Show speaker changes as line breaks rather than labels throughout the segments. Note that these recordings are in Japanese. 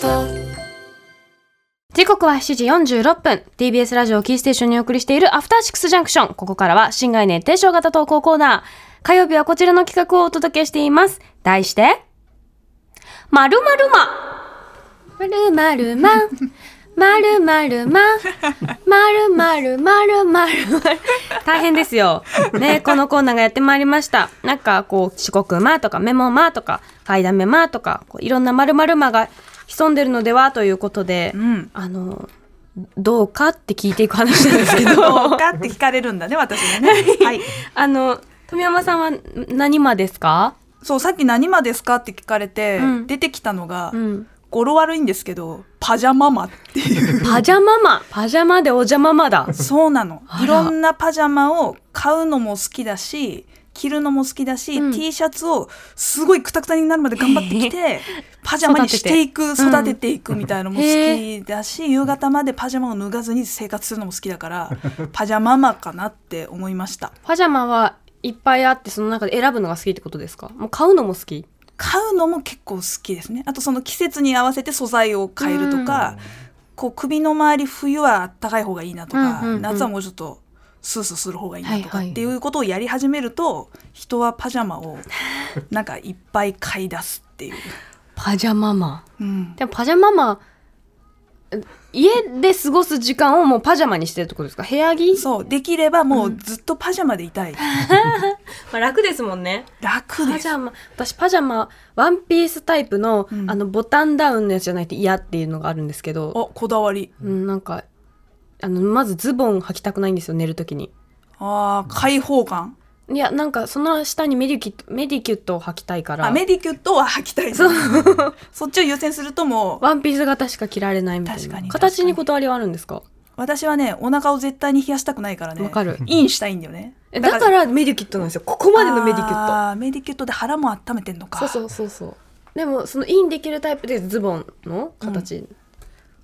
ト
時刻は7時46分 TBS ラジオキーステーションにお送りしているアフターシックスジャンクションここからは新概念提唱型投稿コーナー火曜日はこちらの企画をお届けしています題してまるまるままるまる ままるまるままるまるまるまる大変ですよ。ね、このコーナーがやってまいりました。なんかこう、四国まとかメモまとか、買いだめまとか、こういろんなまるまるまが潜んでるのではということで、
ん
あの、どうかって聞いていく話なんですけど、
どうかって聞かれるんだね、私がね。はい。
あの、富山さんは何まですか
そう、さっき何まですかって聞かれて、
うん
出てきたのが、
うん。
語呂悪いんですけど、パジャママっていう。
パジャママ。パジャマでお邪魔まだ。
そうなの。
あら
いろんなパジャマを買うのも好きだし、着るのも好きだし、
うん
T シャツをすごいクタクタになるまで頑張ってきて、パジャマにしていく、
育てて
育てていくみたいなのも好
へ
きだし、夕方までパジャマを脱がずに生活するのも好きだ から、パジャママかなって思いました。
パジャマはいっぱいあって、その中で選ぶのが好きってことですかもう買うのも好き
買うのも結構好きですねあとその季節に合わせて素材を変えるとか、こう首の周り冬はあったかい方がいいなとか、
うんうんうん
夏はもうちょっとスースーする方がいいなとか
はいはい
っていうことをやり始めると人はパジャマ をなんかいっぱい買い出すっていう、
パジャママ。
うん、
でもパジャママ家で過ごす時間をもうパジャマにしてるってことですか部屋着、
そうできればもうずっとパジャマでいたい、
まあ、楽ですもんね
楽
パ
で
ジ
す
ャマ私パジャマワンピースタイプの,、
うん
あのボタンダウンのやつじゃないと嫌っていうのがあるんですけど、
おこだわり
うん、なんかあのまずズボン履きたくないんですよ寝るときに
あー開放感
いやなんかその下にメディキュメディキュットを履きたいから
あメディキュットは履きたいな
そう
そっちを優先するともう
ワンピース型しか着られないみたいな
確かに
形にこだわりはあるんですか
私はねお腹を絶対に冷やしたくないからね
わかる
インしたいんだよね
えだからメディキュットなんですよここまでのメディキュット
あーメディキュットで腹も温めてんのか
そうそうそうそうでもそのインできるタイプでズボンの形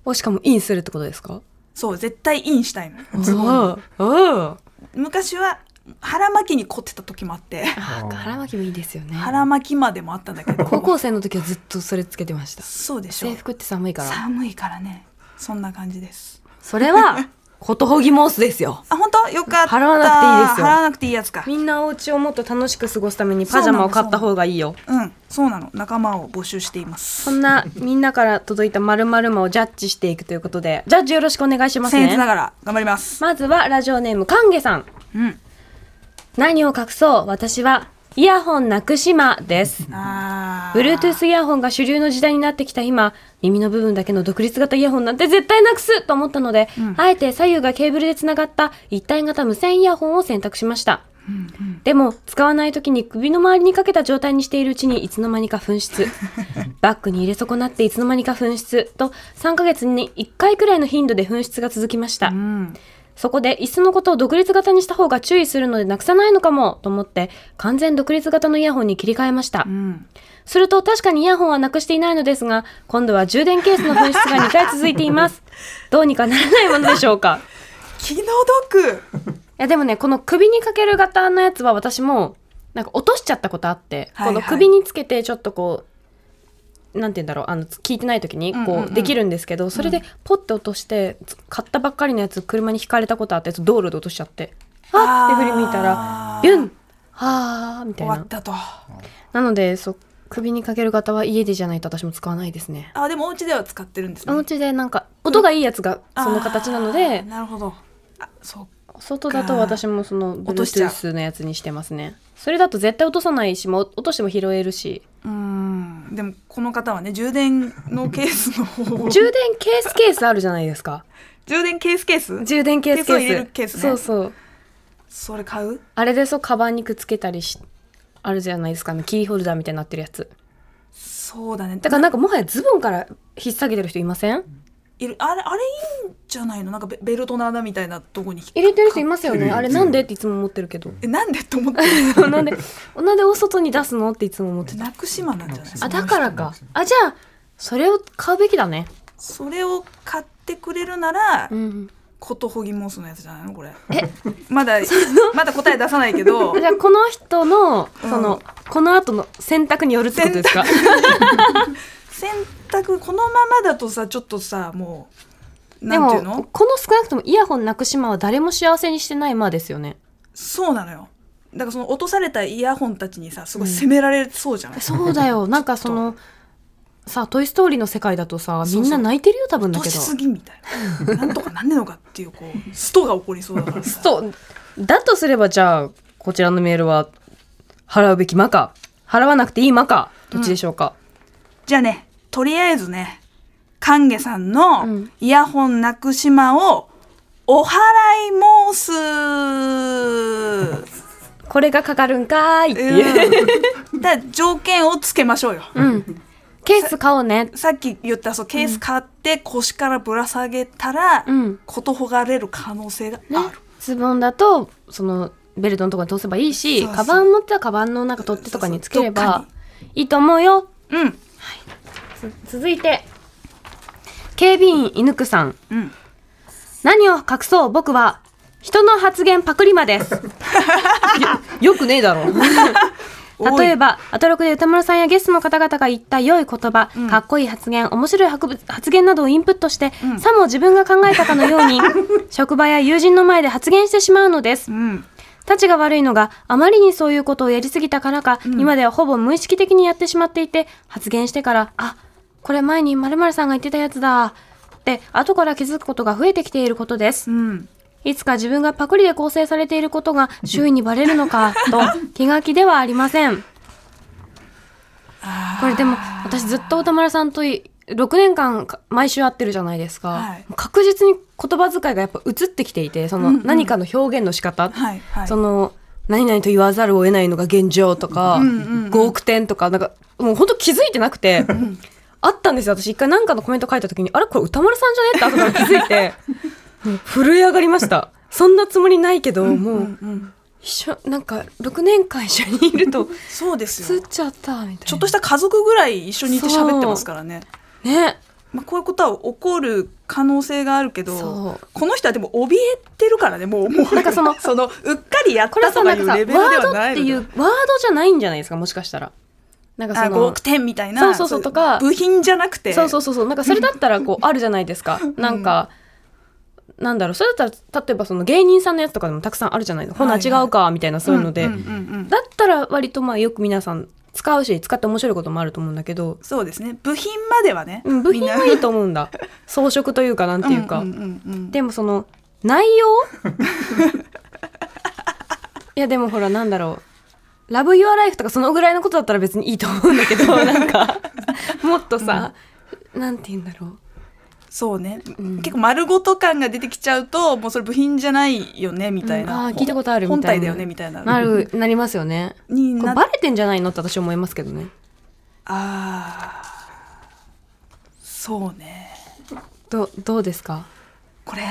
をしかもインするってことですか
そう絶対インしたいのズボン
ああ
昔は腹巻きに凝ってた時もあって
あ腹巻きもいいですよね
腹巻きまでもあったんだけど
高校生の時はずっとそれつけてました
そうでしょ
制服って寒いから
寒いからねそんな感じです
それはことほぎモースですよ
あ本当よかった
払わなくていいですよ
払わなくていいやつか
みんなお家をもっと楽しく過ごすためにパジャマを買った方がいいよ
うんそうなの仲間を募集しています
そんなみんなから届いた〇〇まをジャッジしていくということでジャッジよろしくお願いします
僭越な
ね
がら頑張ります
まずはラジオネームかんげさん
うん
何を隠そう私はイヤホンなくしまです
あー
Bluetooth イヤホンが主流の時代になってきた今耳の部分だけの独立型イヤホンなんて絶対なくすと思ったので、あえて左右がケーブルでつながった一体型無線イヤホンを選択しました、でも使わない時に首の周りにかけた状態にしているうちにいつの間にか 紛失バッグに入れ損なっていつの間にか紛失と3ヶ月に1回くらいの頻度で紛失が続きました、
うん
そこで、椅子のことを独立型にした方が注意するのでなくさないのかも、と思って、完全独立型のイヤホンに切り替えました
う。ん
すると、確かにイヤホンはなくしていないのですが、今度は充電ケースの紛失が2回続いてい ます。どうにかなら ないものでしょうか。
気の毒
いや、でもね、この首にかける型のやつは私も、なんか落としちゃったことあって、
はいはい
この首につけてちょっとこう、なんて言うんだろう、あの、聞いてない時に、
うん
こ
うんう
う、
ん
できるんですけど、それでポッて落として、つ買ったばっかりのやつ、車にひかれたことあって、道路で落としちゃって。あっって振り向いたら、
ら
ビュンはあみ
終
たい
わ
な
ったと
なのでそう首にかける型は家でじゃないと私も使わないですね
あでもお家では使ってるんですね
お家でなんか音がいいやつがその形な
あ
ので
ーなるほどあそう
外だと私もその
落としちゃう
Bluetooth のやつにしてますねそれだと絶対落とさないしもう落としても拾えるし
うーんでもこの方はね充電のケースの方を
充電ケースケースあるじゃないですか
充電ケースケース
充電ケースケ
ケース
ース
を入れるケースね
そうそう
それ買う
あれでそうカバンにくっつけたりしあるじゃないですかあのキーホルダーみたいになってるやつ
そうだね
だからなんかもはやズボンから引っ提げてる人いません
いるあれあれいいんじゃないのなんかベベルトの穴みたいなとこに引っ
入れてる人いますよ
入れ
ね。
てる
あれなんでっていつも思ってるけど。
えなんでと思って
なんで、なんでお外に出すのっていつも思ってた。
なく島なんじゃない
あ、だからか。あ、じゃあ、それを買うべきだね。
それを買ってくれるなら、
うん。
ことほぎモースのやつじゃないのこれまだまだ答え出さないけど
じゃあ、この人の、
うん
その、この後の選択によるってことですか
洗濯このままだとさちょっとさもう
で
なんていう
も
の、
この少なくともイヤホンなくしまは誰も幸せにしてないまあですよね。
そうなのよだからその落とされたイヤホンたちにさすごい責められそうじゃない、
そうだよ。 なんかその、さ、トイストーリーの世界だとさ、みんな泣いてるよ、多分だ
落と
けど
し。すぎみたいな なんとかなんねのかっていうこうストが起こりそうだからさ
そうだとすればじゃあこちらのメールは払うべきマか払わなくていいマかどっちでしょうか、
じゃあねとりあえずね関下さんのイヤホンなくしまをお払いモ ース
これがかかるんかーいっていう、
うん、だから条件をつけましょうよ、
うん、ケース買おうね
さっき言ったそうケース買って腰からぶら下げたら、
うん
ことほがれる可能性が
ね
ある、
ズボンだとそのベルトのとこに通せばいいし
そうそう
カバン持ってはカバンのなんか取っ手とかにつけれ
そうそうど
ば
っか
いいと思うよ
うん
続いて警備員犬くさん
うん
何を隠そう僕は人の発言パクリマです よくねえだろ例えばアトロクで歌丸さんやゲストの方々が言った良い言葉、かっこいい発言面白い博物発言などをインプットして、さも自分が考えたかのよう に職場や友人の前で発言してしまうのです
うん
たちが悪いのがあまりにそういうことをやりすぎたからか、今ではほぼ無意識的にやってしまっていて発言してから「あこれ前に〇〇さんが言ってたやつだ」って後から気づくことが増えてきていることです
う。ん
いつか自分がパクリで構成されていることが周囲にバレるのか と気が気ではありません。これでも私ずっと歌丸さんとい6年間か毎週会ってるじゃないですか、
はい
確実に言葉遣いがやっぱ移ってきていてその
うんうん
何かの表現の仕方、
はいはい
その何々と言わざるを得ないのが現状とか、
うんうんうん
5億点とかなんかもう本当気づいてなくて、あったんですよ私一回何かのコメント書いた時にあれこれ歌丸さんじゃねって後から気づいて もう震え上がりましたそんなつもりないけど、もう
うん
一緒なんか6年間一緒にい ると
そうです
つっ
よ
ちゃったみたいな
ちょっとした家族ぐらい一緒にいて喋ってますからね
ね
まあ、こういうことは起こる可能性があるけど
そう
この人はでも怯えてるからね もうもう
なんかその
そのうっかりやっ
これ
た
さ
とか
なん
い
か
う
さワ
レベ
ー
ルでは
ド
な
っ
い
ていうワードじゃないんじゃないですかもしかしたらなんか
あ
そ
5
の
億点みたいな
そうそうそうとか
部品じゃなくて
そうそうそうそうなんかそれだったらこうあるじゃないですかなんか、なんだろうそれだったら例えばその芸人さんのやつとかでもたくさんあるじゃないのほな
はいはい
違うかみたいなそういうので、
んんうん
だったら割とまあよく皆さん使うし使って面白いこともあると思うんだけど、
そうですね部品まではね、
うん、部品はいいと思うんだ装飾というかなんていうか、
んんうんうん
でもその内容 いやでもほらなんだろう「ラブ・ユア・ライフ」とかそのぐらいのことだったら別にいいと思うんだけどなん かもっとさ、なんて言うんだろう
そうね、
ん
結構丸ごと感が出てきちゃうともうそれ部品じゃないよねみたいな、
うんあー聞いたことあるみ
本
たい
体
な
だよねみたいな
なるなりますよね。
に
こ
な
れバレてんじゃないのって私思いますけどね。
あーそうね
どどうですか。
これ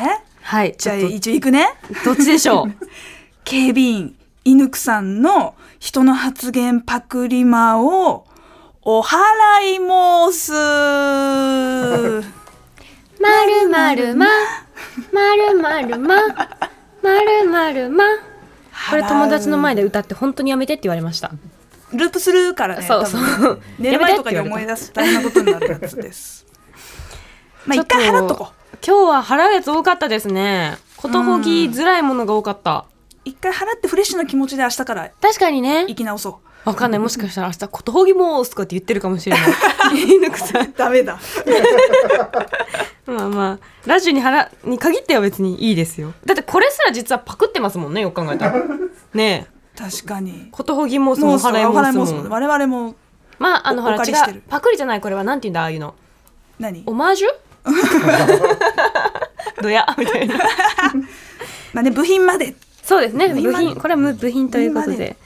はい。
じ
ち
ゃ
ょ
あ
っと
一応いくね
どっちで しょう。
警備員犬くさんの人の発言パクリマをお払いモー ス
まるまるま。まるまるま。まるまるま。これ友達の前で歌って本当にやめてって言われました。
ループするからね
そうそう
多分ね寝る前とかに
やめて
思
って言われ
い出
た
す大変なことになるやつです まあ一回
ちょ
払っとこう
今日は払うやつ多かったですね。ことほぎづらいものが多かった。
一回払ってフレッシュな気持ちで明日から
確かにね
生。き直そう
わかんない。もしかしたら明日ことほぎもーすとかって言ってるかもしれない。 犬くさん。
ダメだ
まあまあラジオに腹に限っては別にいいですよだってこれすら実はパクってますもんねよく考えた らねえ
確かに
ことほぎもそ
も
の
うそうお
払い
払い
も
モー
す
ス
も
も
ん
我々も
まああのほ
お
ら
借りして
違
る
うパクリじゃないこれはなんて言うんだああいうの
何
オマ ージュドヤみたいな
まあね部品まで
そうですね部
今
品これは無部品ということ
今
で
ね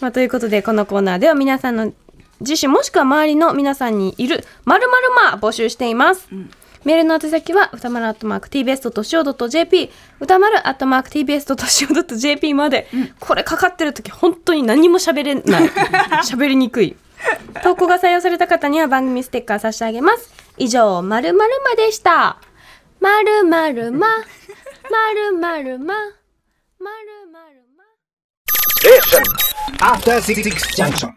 まあということでこのコーナーでは皆さんの自身もしくは周りの皆さんにいるまるまるま募集しています、メールの宛先は歌丸アットマーク tbs.tosio.jp 歌丸アットマーク tbs.tosio.jp まで、これかかってる時本当に何も喋れない 喋りにくい投稿が採用された方には番組ステッカー差し上げます以上まるまるまでしたまるまるままるまるままるまるま
After Six Junction.